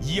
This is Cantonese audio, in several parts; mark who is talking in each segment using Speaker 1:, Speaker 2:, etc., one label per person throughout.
Speaker 1: 以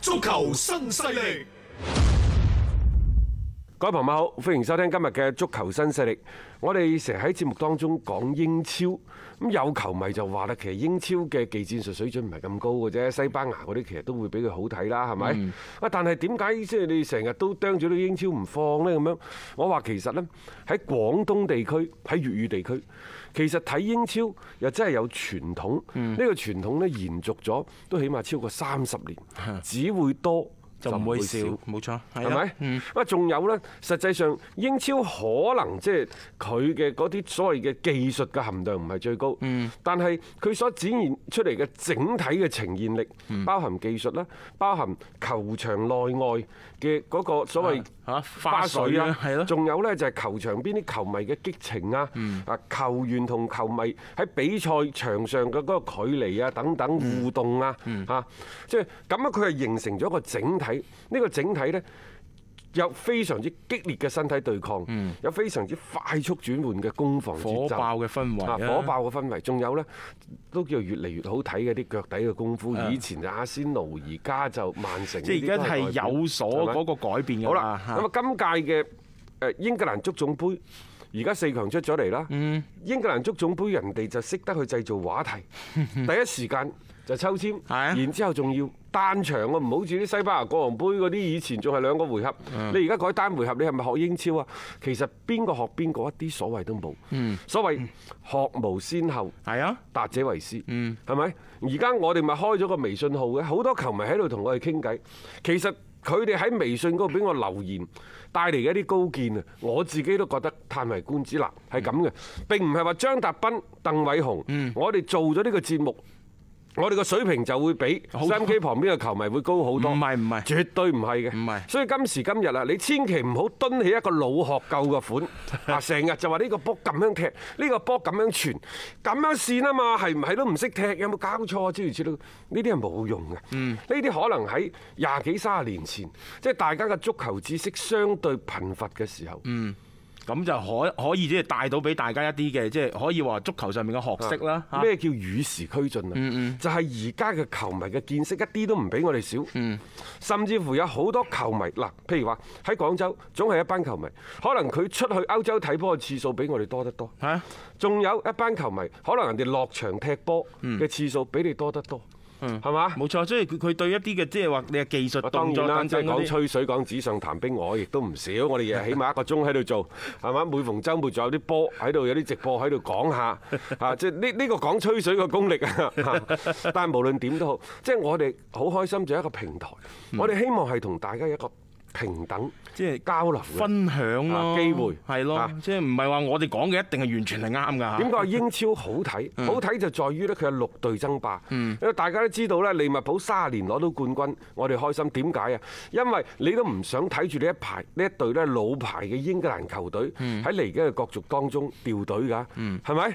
Speaker 1: 足球新勢力，
Speaker 2: 各位朋友好，歡迎收聽今日嘅足球新勢力。我哋成日喺節目當中講英超，咁有球迷就話啦，其實英超嘅技戰術水準唔係咁高嘅啫，西班牙嗰啲其實都會比佢好睇啦，係咪？啊、
Speaker 3: 嗯
Speaker 2: 但係點解即係你成日都啄住啲英超唔放呢？咁樣我話其實呢，喺廣東地區，喺粵語地區，其實睇英超又真係有傳統，呢、
Speaker 3: 嗯
Speaker 2: 個傳統呢，延續咗都起碼超過三十年，只會多。
Speaker 3: 就唔會少，冇錯，係
Speaker 2: 係
Speaker 3: 啊
Speaker 2: 咪？啊，仲有呢，實際上英超可能即係佢嘅嗰啲所謂嘅技術嘅含量唔係最高，但係佢所展現出嚟嘅整體嘅呈現力，包含技術啦，包含球場內外嘅嗰個所謂
Speaker 3: 啊花絮啊係咯
Speaker 2: 仲有呢，就係球場邊啲球迷嘅激情啊，啊球員同球迷喺比賽場上嘅嗰個距離啊等等互動啊，嚇，即係咁樣佢係形成咗一個整體，呢個整體呢。有非常之激烈嘅身體對抗，有非常之快速轉換嘅攻防節
Speaker 3: 嗯火
Speaker 2: 奏
Speaker 3: 爆嘅氛圍
Speaker 2: 啊
Speaker 3: 啊
Speaker 2: 火爆嘅氛圍，仲有呢，都叫越嚟越好睇嘅啲腳底嘅功夫。以前就阿仙奴，而家就曼城呢
Speaker 3: 啊即
Speaker 2: 啲
Speaker 3: 係
Speaker 2: 都
Speaker 3: 而
Speaker 2: 代
Speaker 3: 家
Speaker 2: 表，
Speaker 3: 係有所
Speaker 2: 係咪
Speaker 3: 嗰個改變㗎
Speaker 2: 好啦
Speaker 3: 啦，嚇
Speaker 2: 咁啊今屆嘅誒英格蘭足總杯，而家四強出咗嚟啦。
Speaker 3: 嗯
Speaker 2: 英格蘭足總杯人哋就識得去製造 話題，第一時間就抽籤，
Speaker 3: 係啊
Speaker 2: 然之後仲要單場啊，唔好似啲西班牙國王杯嗰啲以前仲係兩個回合，
Speaker 3: 嗯
Speaker 2: 你而家改單回合，你係咪學英超啊？其實邊個學邊個一啲所謂都冇，
Speaker 3: 嗯
Speaker 2: 所謂學無先後。
Speaker 3: 係啊，
Speaker 2: 達者為師，
Speaker 3: 嗯
Speaker 2: 係咪、而家我哋咪開咗個微信號嘅，好多球迷喺度同我哋傾偈。其實佢哋喺微信嗰度俾我留言，帶嚟嘅一啲高見啊，我自己都覺得歎為觀止。嗱，係咁嘅，並唔係話張達斌、鄧偉雄，
Speaker 3: 嗯
Speaker 2: 我哋做咗呢個節目。我哋個水平就會比
Speaker 3: 好多
Speaker 2: 收音機旁邊嘅球迷會高好多，
Speaker 3: 唔係唔係
Speaker 2: 絕對唔係嘅，
Speaker 3: 唔係
Speaker 2: 所以今時今日啊，你千祈唔好蹲起一個老學舊嘅 款，啊，成日就話呢個波咁樣踢，呢個波咁樣傳，咁樣線啊嘛，係唔係都唔識踢？有冇搞錯啊？諸如此類，呢啲係冇用嘅。
Speaker 3: 嗯
Speaker 2: 呢啲可能喺廿幾三十年前，即係大家嘅足球知識相對貧乏嘅時候，
Speaker 3: 咁就可可以即係帶到俾大家一啲嘅，即係可以話足球上面嘅學識啦。嚇嗯
Speaker 2: 啊咩叫與時俱進啊？就係而家嘅球迷嘅見識一啲都唔比我哋少，
Speaker 3: 嗯
Speaker 2: 甚至乎有好多球迷嗱，譬如話喺廣州總係一班球迷，可能佢出去歐洲睇波嘅次數比我哋多得多。
Speaker 3: 係啊
Speaker 2: 仲有一班球迷，可能人哋落場踢波
Speaker 3: 嗯
Speaker 2: 嘅次數比你多得多，係嘛？
Speaker 3: 冇錯，所以佢佢對一啲嘅即係話你嘅技術
Speaker 2: 我啊當
Speaker 3: 動作
Speaker 2: 然啦，
Speaker 3: 等
Speaker 2: 即
Speaker 3: 等
Speaker 2: 係
Speaker 3: 嗰
Speaker 2: 講
Speaker 3: 啲，
Speaker 2: 吹水、講紙上談兵，我亦都唔少。我哋日日 起碼一個鐘喺度做，係嘛？每逢週末仲有啲波喺度，有啲直播喺度 講下，啊！即係呢呢個講吹水嘅功力啊！ 但係無論點都好，即係我哋好開心就係一個平台，我哋希望係同大家一個平等
Speaker 3: 嗯即係
Speaker 2: 交流嘅
Speaker 3: 分享
Speaker 2: 啊
Speaker 3: 咯，
Speaker 2: 機會
Speaker 3: 係咯
Speaker 2: 啊，
Speaker 3: 即係唔係話我哋講嘅一定係完全係啱㗎？
Speaker 2: 點解話英超好睇？
Speaker 3: 嗯
Speaker 2: 好睇就在於咧，佢有六隊爭霸。因為大家都知道咧，利物浦三年攞到冠軍，我哋開心。點解啊？因為你都唔想睇住呢一排呢一隊咧老牌嘅英格蘭球隊
Speaker 3: 嗯
Speaker 2: 喺嚟緊嘅角逐當中掉隊㗎，係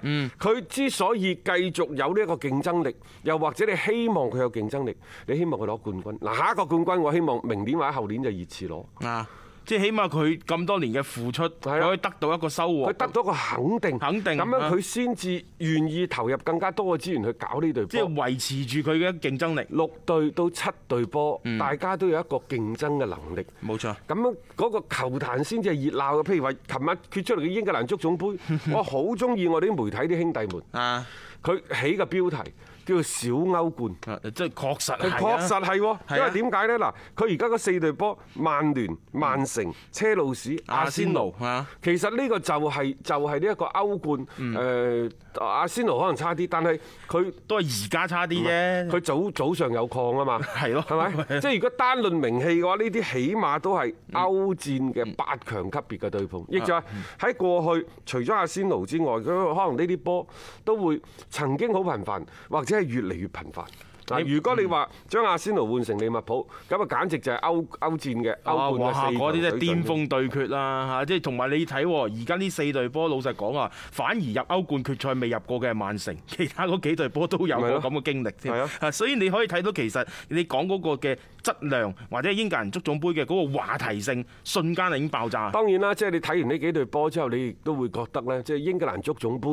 Speaker 3: 嗯
Speaker 2: 咪？佢之所以繼續有呢一個競爭力，又或者你希望佢有競爭力，你希望佢攞冠軍。嗱，下一個冠軍我希望明年或者後年就熱刺攞。
Speaker 3: 啊？即係起碼佢咁多年嘅付出，
Speaker 2: 啊
Speaker 3: 佢可以得到一個收穫
Speaker 2: 佢。得到個肯定，
Speaker 3: 肯定
Speaker 2: 咁樣
Speaker 3: 啊
Speaker 2: 佢先至願意投入更加多嘅資源去搞呢隊波。
Speaker 3: 即係維持住佢嘅競爭力，
Speaker 2: 六隊到七隊波，
Speaker 3: 嗯
Speaker 2: 大家都有一個競爭嘅能力。
Speaker 3: 冇錯。
Speaker 2: 咁樣嗰個球壇先至係熱鬧嘅。譬如話，琴日決出嚟嘅英 格蘭足總杯，我好中意我啲媒體啲兄弟們，
Speaker 3: 啊，
Speaker 2: 佢起嘅標題叫做小歐冠。
Speaker 3: 啊即係確實
Speaker 2: 佢
Speaker 3: 係
Speaker 2: 確
Speaker 3: 啊
Speaker 2: 實係喎，因
Speaker 3: 係啊嗯
Speaker 2: 為點解呢？嗱，佢而家嗰四隊波，曼聯、曼城、車路士、
Speaker 3: 阿
Speaker 2: 阿
Speaker 3: 仙
Speaker 2: 仙
Speaker 3: 奴
Speaker 2: 奴
Speaker 3: 係啊，
Speaker 2: 其實呢個就係就係呢一個歐冠。
Speaker 3: 嗯
Speaker 2: 誒，阿仙奴可能差啲，但係佢
Speaker 3: 都係而家差啲啫。
Speaker 2: 佢早早上有抗啊嘛，
Speaker 3: 係咯
Speaker 2: 係咪？即係如果單論名氣嘅話，呢啲起碼都係
Speaker 3: 嗯
Speaker 2: 歐戰嘅八強級別嘅對碰。亦就
Speaker 3: 啊
Speaker 2: 係喺過去，除咗阿仙奴之外，佢可能呢啲波都會曾經好頻繁，或者係越嚟越頻繁。嗱，如果你話將阿仙奴換成利物浦，咁啊簡直就係歐歐戰嘅
Speaker 3: 啊！
Speaker 2: 歐
Speaker 3: 哇！
Speaker 2: 冠嘅四
Speaker 3: 嗰啲真係
Speaker 2: 強水準
Speaker 3: 巔峰對決啦嚇，即係同埋你睇喎，而家呢四隊波老實講啊，反而入歐冠決賽未入過嘅係曼城，其他嗰幾隊波都有
Speaker 2: 咪
Speaker 3: 過
Speaker 2: 咯
Speaker 3: 咁嘅經歷添。
Speaker 2: 係啊
Speaker 3: 啊，所以你可以睇到其實你講嗰個嘅質量或者英格蘭足總杯嘅嗰個話題性，瞬間已經爆炸。
Speaker 2: 當然啦，即係你睇完呢幾隊波之後，你亦都會覺得呢，即係英格蘭足總杯，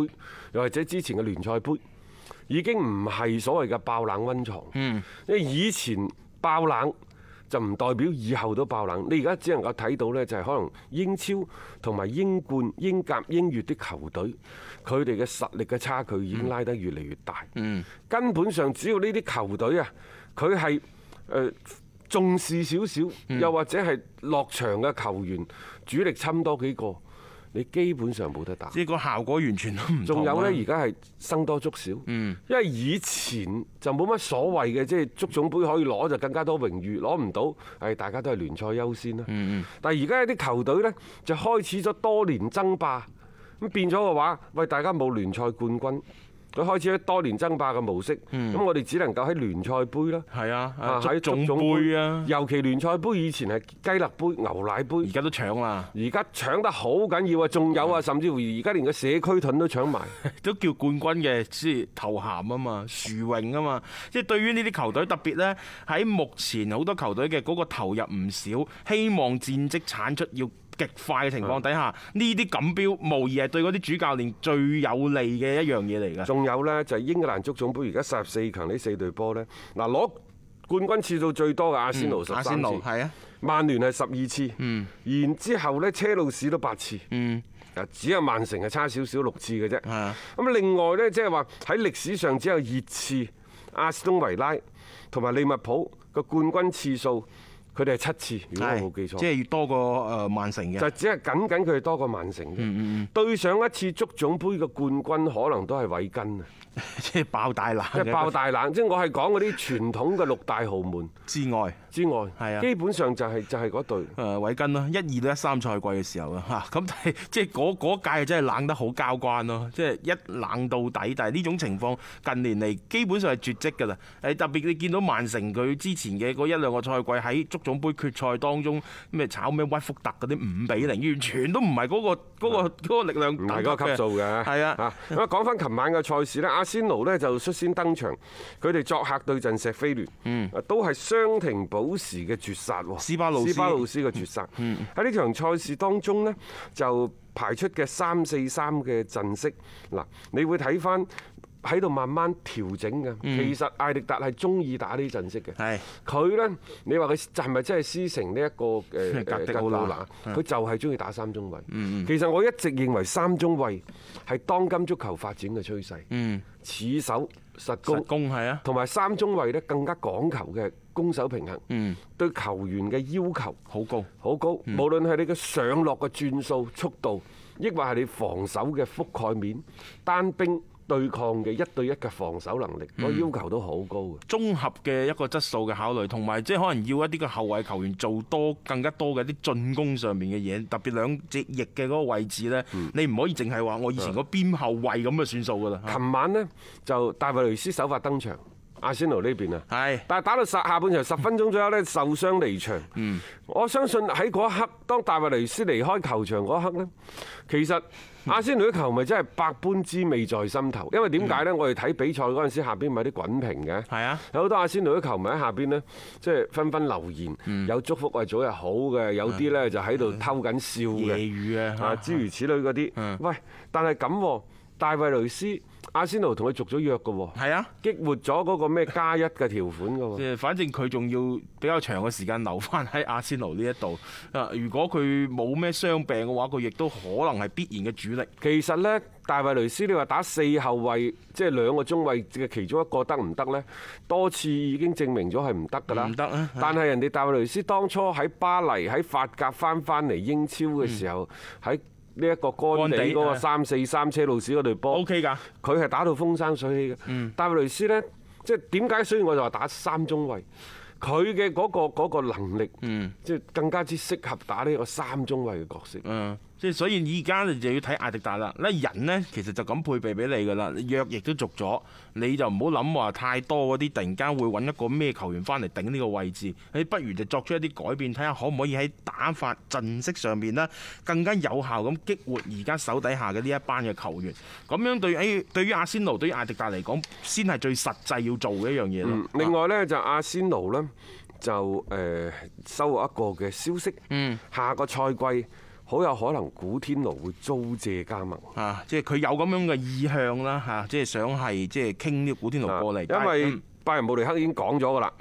Speaker 2: 又或者之前嘅聯賽杯，已經唔係所謂嘅爆冷温床。嗯，因為以前爆冷就唔代表以後都爆冷。你而家只能夠睇到呢，就係可能英超同埋英冠、英甲、英乙啲球隊，佢哋嘅實力嘅差距已經拉得越嚟越大。嗯，根本上只要呢啲球隊啊，佢係誒。重視少少，又或者係落場嘅球員主力侵多幾個，你基本上冇得打。
Speaker 3: 即係個效果完全都唔
Speaker 2: 仲
Speaker 3: 同
Speaker 2: 有呢，
Speaker 3: 啊嗯
Speaker 2: 而家係僧多粥少，因為以前就冇乜所謂嘅，即係足總杯可以攞就更加多榮譽，攞唔到，係大家都係聯賽優先啦。
Speaker 3: 嗯
Speaker 2: 但係而家有啲球隊呢，就開始咗多年爭霸，咁變咗嘅話，喂，大家冇聯賽冠軍。佢開始咗多年爭霸嘅模式，咁我哋只能夠喺聯賽杯啦，
Speaker 3: 嗯係啊啊
Speaker 2: 喺
Speaker 3: 足
Speaker 2: 足
Speaker 3: 總
Speaker 2: 總
Speaker 3: 杯啊
Speaker 2: 尤其聯賽杯以前係雞肋杯、牛奶杯
Speaker 3: 而，家都搶啦，
Speaker 2: 而家搶得好緊要啊！仲有
Speaker 3: 嗯
Speaker 2: 啊，甚至乎而家連個社區盾都搶埋。
Speaker 3: 都叫冠軍嘅即係頭銜啊嘛，殊榮啊嘛。即係對於呢啲球隊特別呢，喺目前好多球隊嘅嗰個投入唔少，希望戰績產出要極快嘅情況底下，呢啲錦標無疑係對嗰啲主教練最有利嘅一樣嘢嚟 㗎。
Speaker 2: 仲有呢，就係英格蘭足總杯而家殺入四強呢四隊波呢，嗱攞冠軍次數最多嘅阿仙奴十
Speaker 3: 阿仙
Speaker 2: 三次，
Speaker 3: 奴係啊，嗯
Speaker 2: 曼聯係十二次，然之後呢，車路士都八次，啊只有曼城係差少少六次嘅啫。
Speaker 3: 啊
Speaker 2: 咁另外呢，即係話喺歷史上只有熱刺、阿斯東維拉同埋利物浦個冠軍次數，佢哋係七次，如果我冇記錯。
Speaker 3: 即係要多過誒曼城嘅
Speaker 2: 就。只係僅僅佢哋多過曼城
Speaker 3: 嗯
Speaker 2: 嘅，對上一次足總杯嘅冠軍可能都係韋根啊，
Speaker 3: 即係啊爆大冷
Speaker 2: 即係
Speaker 3: 嘅
Speaker 2: 爆大冷。即係我係講嗰啲傳統嘅六大豪門
Speaker 3: 之外。
Speaker 2: 之外
Speaker 3: 係啊，
Speaker 2: 基本上就係就係嗰隊。
Speaker 3: 誒呃韋根啦，一二到一三賽季嘅時候啦 嚇，咁但係即係嗰嗰屆真係冷得好交關咯，即係一冷到底。但係呢種情況近年嚟基本上係絕跡㗎啦。誒特別你見到曼城佢之前嘅嗰一兩個賽季喺足總杯決賽當中咩炒咩屈福特嗰啲五比零，完全都唔係嗰個嗰、個嗰個力量
Speaker 2: 唔係嗰個級數嘅，
Speaker 3: 係啊，
Speaker 2: 嚇咁啊講翻琴晚嘅賽事咧，阿仙奴呢就率先登場，佢哋作客對陣石飛聯，啊都係雙停補時嘅絕殺喎，
Speaker 3: 嗯斯巴魯斯嗯
Speaker 2: 斯巴魯斯嘅絕殺。喺呢場賽事當中呢，就排出嘅三四三嘅陣式，嗱，你會睇翻。喺度慢慢調整嘅，其實艾力達係中意打呢陣式嘅。
Speaker 3: 嗯係
Speaker 2: 佢呢，你話佢係咪真係師承呢一個
Speaker 3: 格
Speaker 2: 誒格
Speaker 3: 迪
Speaker 2: 迪
Speaker 3: 奧
Speaker 2: 奧
Speaker 3: 拿
Speaker 2: 拿？佢就係中意打三中衞。其實我一直認為三中衞係當今足球發展嘅趨勢。嗯，似守實攻
Speaker 3: 實，攻係啊，
Speaker 2: 同埋三中衞呢更加講求嘅攻守平衡。嗯，對球員嘅要求
Speaker 3: 好高。
Speaker 2: 好高，無論係你嘅上落嘅轉數、速度，抑或係你防守嘅覆蓋面、單兵對抗嘅一對一嘅防守能力，個要求都好高嘅。
Speaker 3: 綜合嘅一個質素嘅考慮，同埋即係可能要一啲嘅後衞球員做多更加多嘅一啲進攻上面嘅嘢，特別兩隻翼嘅嗰個位置呢，你唔可以淨係話我以前個邊後衞咁就算數噶啦。
Speaker 2: 琴晚呢，就戴維雷斯首發登場，阿仙奴呢邊啊，
Speaker 3: 係
Speaker 2: 但係打到下下半場十分鐘左右呢，受傷離場。
Speaker 3: 嗯
Speaker 2: 我相信喺嗰一刻，當戴維雷斯離開球場嗰一刻呢，其實阿仙奴啲球迷真係百般滋味在心頭，因為點解呢？我哋睇比賽嗰陣時，下邊咪有啲滾屏嘅，
Speaker 3: 嗯係啊
Speaker 2: 有好多阿仙奴啲球迷喺下邊呢，即係紛紛留
Speaker 3: 嗯
Speaker 2: 言，有祝福喂早日好嘅，有啲呢就喺度偷緊笑
Speaker 3: 夜
Speaker 2: 嘅。
Speaker 3: 雨啊，
Speaker 2: 啊，諸如此類嗰啲。喂，但係咁喎，戴維雷斯阿仙奴同佢續咗約嘅喎，
Speaker 3: 係啊，
Speaker 2: 激活咗嗰個咩加一嘅條款嘅
Speaker 3: 即
Speaker 2: 喎。
Speaker 3: 係反正佢仲要比較長嘅時間留翻喺阿仙奴呢一度。啊，如果佢冇咩傷病嘅話，佢亦都可能係必然嘅主力。
Speaker 2: 其實呢，大衛雷斯你話打四後衞，即係兩個中衞嘅其中一個得唔得呢？多次已經證明咗係唔得㗎啦。
Speaker 3: 唔得啊
Speaker 2: 但係人哋大衛雷斯當初喺巴黎、喺法甲翻翻嚟英超嘅時候，喺呢一個干地嗰
Speaker 3: 干
Speaker 2: 個
Speaker 3: 地
Speaker 2: 三四三車路士嗰隊波
Speaker 3: OK 㗎，
Speaker 2: 佢係打到風生水起嘅。戴維雷斯呢，即係點解？雖然我就話打三中衞，佢嘅嗰個嗰個能力，即係更加之適合打呢個三中衞嘅角色。
Speaker 3: 嗯，即係所以而家你就要睇艾迪達啦。咧人呢，其實就咁配備俾你噶啦，約亦都續咗，你就唔好諗話太多嗰啲突然間會揾一個咩球員翻嚟頂呢個位置。你不如就作出一啲改變，睇下可唔可以喺打法陣式上面呢，更加有效咁激活而家手底下嘅呢一班嘅球員。咁樣對誒對於阿仙奴對於艾迪達嚟講，先係最實際要做嘅一樣嘢咯。
Speaker 2: 嗯
Speaker 3: 啊嗯
Speaker 2: 另外呢，就阿仙奴呢，就誒收穫一個嘅消息，
Speaker 3: 嗯
Speaker 2: 下個賽季好有可能古天奴會租借加盟。
Speaker 3: 啊，即係佢有咁樣嘅意向啦，嚇、即係想係即係傾呢個古天奴過嚟，但
Speaker 2: 啊因
Speaker 3: 係
Speaker 2: 為
Speaker 3: 嗯
Speaker 2: 拜仁慕尼黑已經講咗㗎啦，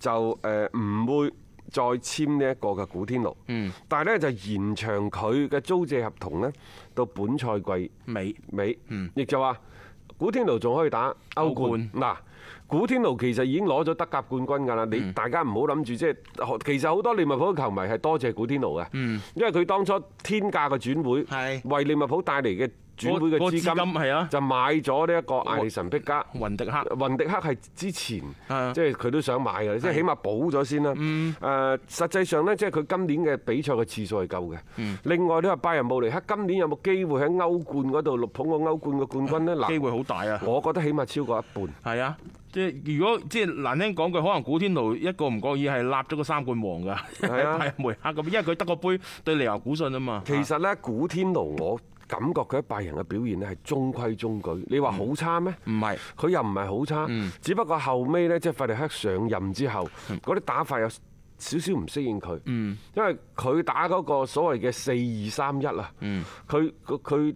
Speaker 2: 就誒唔會再簽呢一個嘅古天奴，
Speaker 3: 嗯
Speaker 2: 但係呢，就延長佢嘅租借合同呢，到本賽季
Speaker 3: 美。
Speaker 2: 尾，亦就話古天奴仲可以打歐冠
Speaker 3: 嗯歐冠
Speaker 2: 嗱。古天奴其實已經攞咗德甲冠軍㗎啦，
Speaker 3: 嗯
Speaker 2: 你大家唔好諗住即係，哦其實好多利物浦嘅球迷係多謝古天奴嘅，因為佢當初天價嘅轉會，
Speaker 3: 嗯係
Speaker 2: 為利物浦帶嚟嘅轉會嘅
Speaker 3: 嗰嗰
Speaker 2: 資
Speaker 3: 資金係啊
Speaker 2: 金，就買咗呢一個艾利臣碧加。
Speaker 3: 雲迪克
Speaker 2: 雲迪克係之前
Speaker 3: 啊嗯
Speaker 2: 即係佢都想買嘅，即係起碼補咗先啦。誒，實際上呢，即係佢今年嘅比賽嘅次數係夠嘅。
Speaker 3: 嗯
Speaker 2: 另外你話拜仁慕尼黑今年有冇機會喺歐冠嗰度捧個歐冠嘅冠軍呢？
Speaker 3: 機
Speaker 2: 嗱，
Speaker 3: 會好大啊！
Speaker 2: 我覺得起碼超過一半。
Speaker 3: 係啊，即係如果即係難聽講句，可能古天奴一個唔覺意係立咗個三冠王㗎，
Speaker 2: 係啊
Speaker 3: 係梅克咁，因為佢得個杯對利華古信啊嘛。
Speaker 2: 其實呢，古天奴我感覺佢喺拜仁嘅表現呢係中規中矩。你話好差咩？
Speaker 3: 唔係
Speaker 2: 佢又唔係好差，
Speaker 3: 嗯
Speaker 2: 只不過後尾呢，即係費力克上任之後，嗰啲打法有少少唔適應佢，
Speaker 3: 嗯
Speaker 2: 因為佢打嗰個所謂嘅四二三一啊，
Speaker 3: 嗯
Speaker 2: 佢佢佢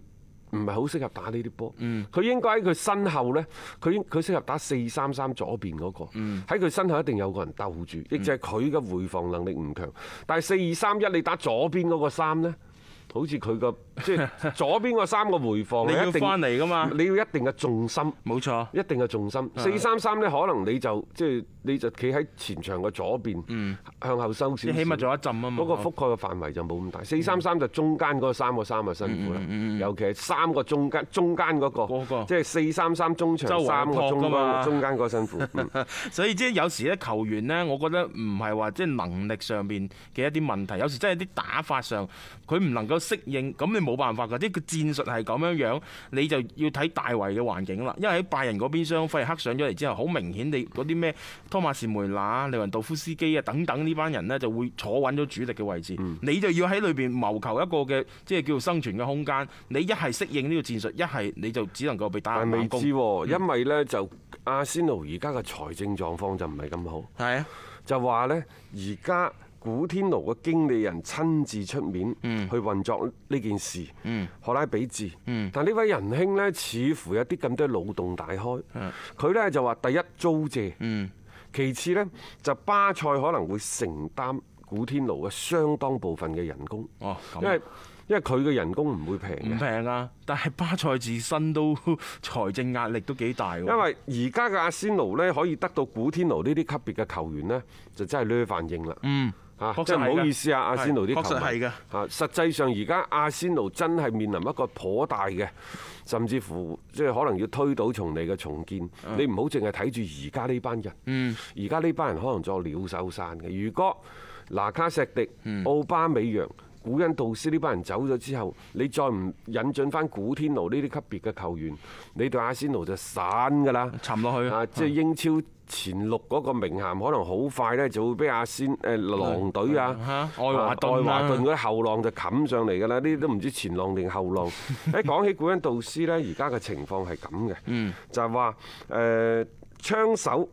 Speaker 2: 唔係好適合打呢啲波，
Speaker 3: 嗯
Speaker 2: 佢應該喺佢身後呢，佢應佢適合打四三三左邊嗰個，
Speaker 3: 嗯
Speaker 2: 喺佢身後一定有個人鬥住，亦就係佢嘅回防能力唔強，但係四二三一你打左邊嗰個三呢。好似佢個即 係左邊嗰三個回防，
Speaker 3: 你要
Speaker 2: 一定
Speaker 3: 返嚟㗎嘛
Speaker 2: 你要一定嘅重心，
Speaker 3: 冇錯，
Speaker 2: 一定嘅重心。
Speaker 3: 啊
Speaker 2: 四三三呢，可能你就即係你就企喺前場嘅左邊，向後收少
Speaker 3: 即
Speaker 2: 少。
Speaker 3: 係嗯起碼做一陣啊嘛。嗯
Speaker 2: 嗰個覆蓋嘅範圍就冇咁大。四三三就中間嗰三個三就辛苦啦，尤其係三個中間中間嗰
Speaker 3: 嗰
Speaker 2: 個
Speaker 3: 個，
Speaker 2: 即係四三三中場
Speaker 3: 周圍
Speaker 2: 三個
Speaker 3: 撲
Speaker 2: 中
Speaker 3: 㗎嘛
Speaker 2: 間中間嗰個 辛苦。嗯
Speaker 3: 所以即係有時咧球員呢，我覺得唔係話即係能力上邊嘅一啲問題，有時真係啲打法上佢唔能夠適應，咁你冇辦法㗎。即係個戰術係咁樣樣，你就要睇大圍嘅環境啦。因為喺拜仁嗰邊雙費克上咗嚟之後，好明顯你嗰啲咩托馬士梅拿、利雲道夫斯基啊等等呢班人呢，就會坐穩咗主力嘅位置，
Speaker 2: 嗯
Speaker 3: 你就要喺裏邊謀求一個嘅即係叫做生存嘅空間。你一係適應呢個戰術，一係你就只能夠被打嗯
Speaker 2: 但係未
Speaker 3: 冷宮。
Speaker 2: 知喎，因為呢就阿仙奴而家嘅財政狀況就唔係咁好。
Speaker 3: 係啊。
Speaker 2: 就話呢，而家古天奴嘅經理人親自出面
Speaker 3: 嗯
Speaker 2: 去運作呢件事，荷拉比治。
Speaker 3: 嗯
Speaker 2: 但呢位仁兄呢，似乎有啲咁多腦洞大開。
Speaker 3: 嗯
Speaker 2: 佢呢就話：第一租借，其次呢，就巴塞可能會承擔古天奴嘅相當部分嘅人工，
Speaker 3: 哦咁啊
Speaker 2: 因為因為佢嘅人工唔會平
Speaker 3: 唔
Speaker 2: 嘅。
Speaker 3: 平啊！但係巴塞自身都 財政壓力都幾大喎。
Speaker 2: 因為而家嘅阿仙奴呢，可以得到古天奴呢啲級別嘅球員呢，就真係掠反應啦。嗯，嚇，
Speaker 3: 確實
Speaker 2: 真係唔好
Speaker 3: 係㗎
Speaker 2: 意思啊，阿仙奴啲
Speaker 3: 係
Speaker 2: 球
Speaker 3: 確實係
Speaker 2: 迷
Speaker 3: 㗎
Speaker 2: 嚇。實際上而家阿仙奴真係面臨一個頗大嘅，甚至乎即係可能要推倒重嚟嘅重建。你唔好淨係睇住而家呢班人。嗯，而家呢班人可能仲有鳥獸散嘅。如果拿卡石迪、奧巴美揚、古恩道斯呢班人走咗之後，你再唔引進翻古天奴呢啲級別嘅球員，你對阿仙奴就散㗎啦，
Speaker 3: 沉落去啊
Speaker 2: 啊！即係英超前六嗰個名銜，可能好快呢就會俾阿仙誒狼隊啊、
Speaker 3: 嚇愛華頓啊
Speaker 2: 愛華頓嗰啲後浪就冚上嚟㗎啦，呢啲都唔知前浪定 後浪。誒講起古恩道斯
Speaker 3: 嗯
Speaker 2: 呢，而家嘅情況係咁嘅，就係話誒槍手。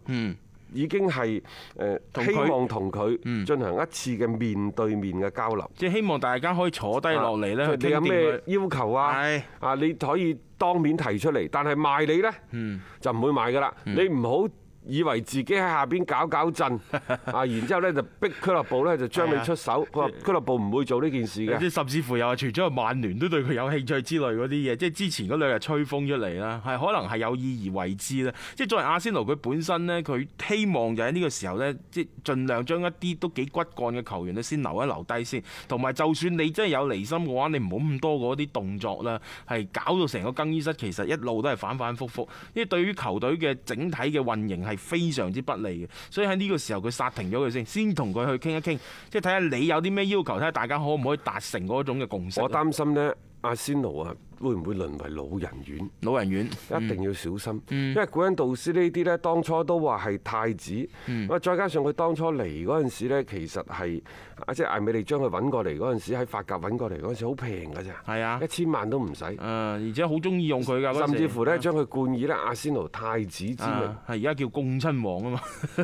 Speaker 2: 已經係誒
Speaker 3: 同佢嗯
Speaker 2: 希望同佢進行一次嘅面對面嘅交流。
Speaker 3: 即係希望大家可以坐低落嚟咧，
Speaker 2: 啊
Speaker 3: 去
Speaker 2: 你
Speaker 3: 傾掂
Speaker 2: 有咩
Speaker 3: 佢。
Speaker 2: 要求啊
Speaker 3: 係？
Speaker 2: 啊，你可以當面提出嚟，但係賣你
Speaker 3: 嗯
Speaker 2: 呢，就唔會賣噶啦。你唔好以為自己喺下邊搞 搞震啊，然之後呢，就逼俱樂部呢，就將你出手。佢
Speaker 3: 啊
Speaker 2: 話俱樂部唔會做呢件事嘅
Speaker 3: 即。係甚至乎又話，除咗係曼聯都對佢有興趣之類嗰啲嘢，即係之前嗰兩日吹風出嚟啦，係可能係有意而為之啦。即係作為阿仙奴，佢本身呢，佢希望就喺呢個時候呢，即係盡量將一啲都幾骨幹嘅球員呢先留一留低先，同埋就算你真係有離心嘅話，你唔好咁多嗰啲動作啦，係搞到成個更衣室其實一路都係反反覆覆，因為對於球隊嘅整體嘅運營係非常之不利嘅，所以喺呢個時候佢殺停咗佢先，先同佢去傾一傾，即係睇下你有啲咩要求，睇下大家可唔可以達成嗰種嘅共識。
Speaker 2: 我擔心呢，阿仙奴啊，會唔會淪為老人院？
Speaker 3: 老人院，
Speaker 2: 一定要小心，
Speaker 3: 嗯
Speaker 2: 因為古恩導師呢啲呢，當初都話係太子，咁啊、
Speaker 3: 嗯
Speaker 2: 再加上佢當初嚟嗰陣時呢，其實係啊即係艾美利將佢揾過嚟嗰陣時，喺法甲揾過嚟嗰陣時好平㗎咋，
Speaker 3: 係啊
Speaker 2: 一千萬都唔使，
Speaker 3: 誒、啊而且好中意用佢㗎，嗰
Speaker 2: 甚
Speaker 3: 時
Speaker 2: 至乎呢，將佢冠以呢阿仙奴太子之名
Speaker 3: 啊。係而家叫共親王啊嘛，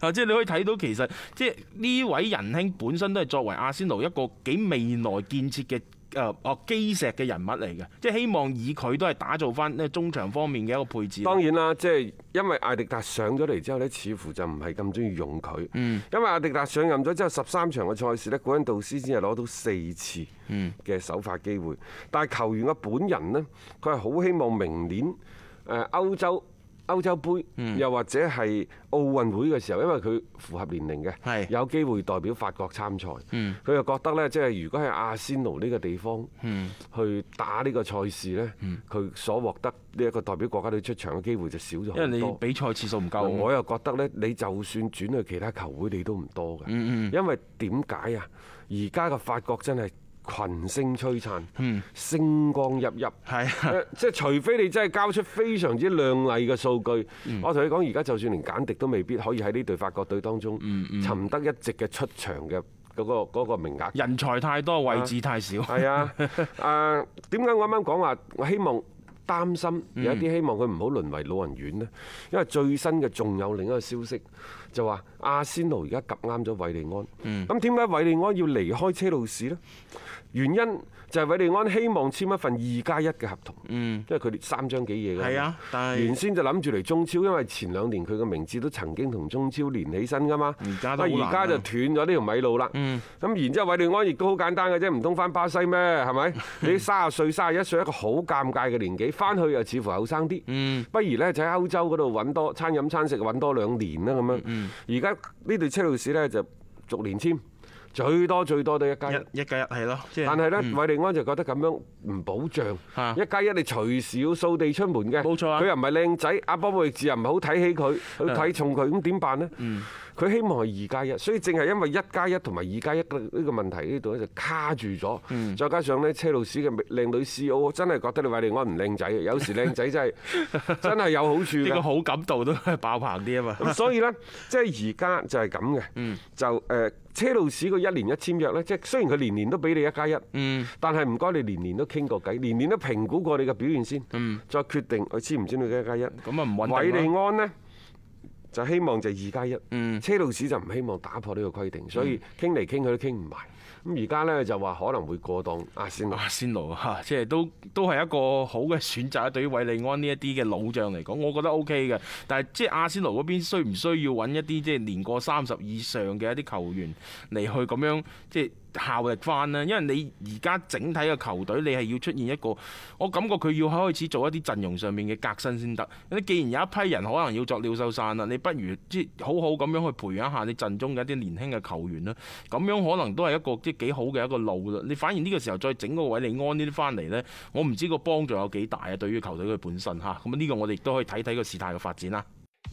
Speaker 3: 啊即係你可以睇到其實即係呢位仁兄本身都係作為阿仙奴一個幾未來建設嘅。誒哦基石嘅人物嚟嘅，即係希望以佢都係打造翻咧中場方面嘅一個配置。
Speaker 2: 當然啦，即係因為艾迪達上咗嚟之後呢，似乎就唔係咁中意用佢。因為艾迪達上任咗之後，十三場嘅賽事呢，古恩導師先係攞到四次嘅首發機會，但係球員嘅本人呢，佢係好希望明年誒歐洲。歐洲杯又或者係奧運會嘅時候，因為佢符合年齡嘅，
Speaker 3: 係
Speaker 2: 有機會代表法國參賽，佢就覺得呢，即係如果喺阿仙奴呢個地方去打呢個賽事呢，佢所獲得呢一個代表國家隊出場嘅機會就少咗
Speaker 3: 因為
Speaker 2: 好
Speaker 3: 你
Speaker 2: 多。
Speaker 3: 比賽次數唔夠，
Speaker 2: 我又覺得呢，你就算轉去其他球會，你都唔多嘅，
Speaker 3: 嗯
Speaker 2: 因為點解啊？而家嘅法國真係群星璀璨，星光熠熠。
Speaker 3: 嗯係啊
Speaker 2: 誒即係除非你真係交出非常之亮麗嘅數據，
Speaker 3: 嗯
Speaker 2: 我同你講，而家就算連簡迪都未必可以喺呢隊法國隊當中
Speaker 3: 嗯
Speaker 2: 尋得一席嘅出場嘅嗰個嗰個名額。
Speaker 3: 人才太多，位置太 少。
Speaker 2: 係啊， 誒點解我啱啱講話我希望擔心
Speaker 3: 嗯
Speaker 2: 有一啲希望佢唔好淪為老人院呢？因為最新嘅仲有另一個消息，就話阿仙奴而家夾啱咗韋利
Speaker 3: 嗯
Speaker 2: 安。咁點解韋利安要離開車路士呢？原因就係韋利安希望簽一份二加一嘅合同，因為佢哋三張幾嘢㗎。
Speaker 3: 嗯係啊但係
Speaker 2: 嗯原先就諗住嚟中超，因為前兩年佢嘅名字都曾經同中超連起身㗎嘛。
Speaker 3: 而家都好
Speaker 2: 啊而
Speaker 3: 難
Speaker 2: 家
Speaker 3: 啊嗯
Speaker 2: 就斷咗呢條米路啦。咁然之後，韋利安亦都好簡單嘅啫，唔通翻巴西咩？係 咪？你三十歲、三十一歲一個好尷尬嘅年紀，翻去又似乎後生
Speaker 3: 嗯
Speaker 2: 啲。不如呢，就喺歐洲嗰度揾多餐飲餐食揾多兩年啦咁
Speaker 3: 嗯
Speaker 2: 樣。而家呢隊車路士呢，就逐年簽，最多最多都一加一。
Speaker 3: 一一加一係咯，即
Speaker 2: 但
Speaker 3: 係嗯
Speaker 2: 係呢，韋利安就覺得咁樣唔保
Speaker 3: 啊
Speaker 2: 障，一加一你隨時要掃地出門嘅，
Speaker 3: 冇錯啊
Speaker 2: 佢又唔係靚仔，阿波姆亦治又唔係好睇起佢，去睇重佢，咁點辦呢？
Speaker 3: 嗯
Speaker 2: 佢希望係二加一，所以正係因為一加一同埋二加一呢個問題呢度咧就卡住
Speaker 3: 嗯
Speaker 2: 咗，再加上呢，車路士嘅靚女 C.O. 真係覺得你韋利安唔靚仔，啊有時靚 仔真係真係有好處
Speaker 3: 呢
Speaker 2: 嘅
Speaker 3: 個。好感度都係爆棚啲啊嘛。
Speaker 2: 咁 所以呢，即係而家就係咁
Speaker 3: 嗯
Speaker 2: 嘅，就誒車路士個一年一簽約呢，即係雖然佢年年都俾你一加一，
Speaker 3: 嗯
Speaker 2: 但係唔該你年年都傾過偈，年年都評估過你嘅表現先，再決定佢簽唔簽到一加一。
Speaker 3: 咁啊唔嗯穩
Speaker 2: 韋
Speaker 3: 定
Speaker 2: 利
Speaker 3: 咯
Speaker 2: 安呢，就希望就二加
Speaker 3: 嗯
Speaker 2: 一，車路士就唔希望打破呢個規定，所以傾嚟傾去都傾唔埋。咁而家呢，就話可能會過檔啊阿仙奴。
Speaker 3: 阿仙奴 嚇，啊即係都都係一個好嘅選擇。對於韋利安呢一啲嘅老將嚟講，我覺得 O K 嘅。但係即係阿仙奴嗰邊需唔需要揾一啲即係年過三十以上嘅一啲球員嚟去咁樣即係？效力翻呢？因為你而家整體嘅球隊，你係要出現一個，我感覺佢要開始做一啲陣容上面嘅革新先得。你既然有一批人可能要作鳥獸散啦，你不如即係好好咁樣去培養一下你陣中嘅一啲年輕嘅球員啦。咁樣可能都係一個即係幾好嘅一個路啦。你反而呢個時候再整個韋利安呢啲翻嚟呢，我唔知個幫助有幾大啊！對於球隊佢本身嚇，咁呢個我哋亦都可以睇睇個事態嘅發展啦。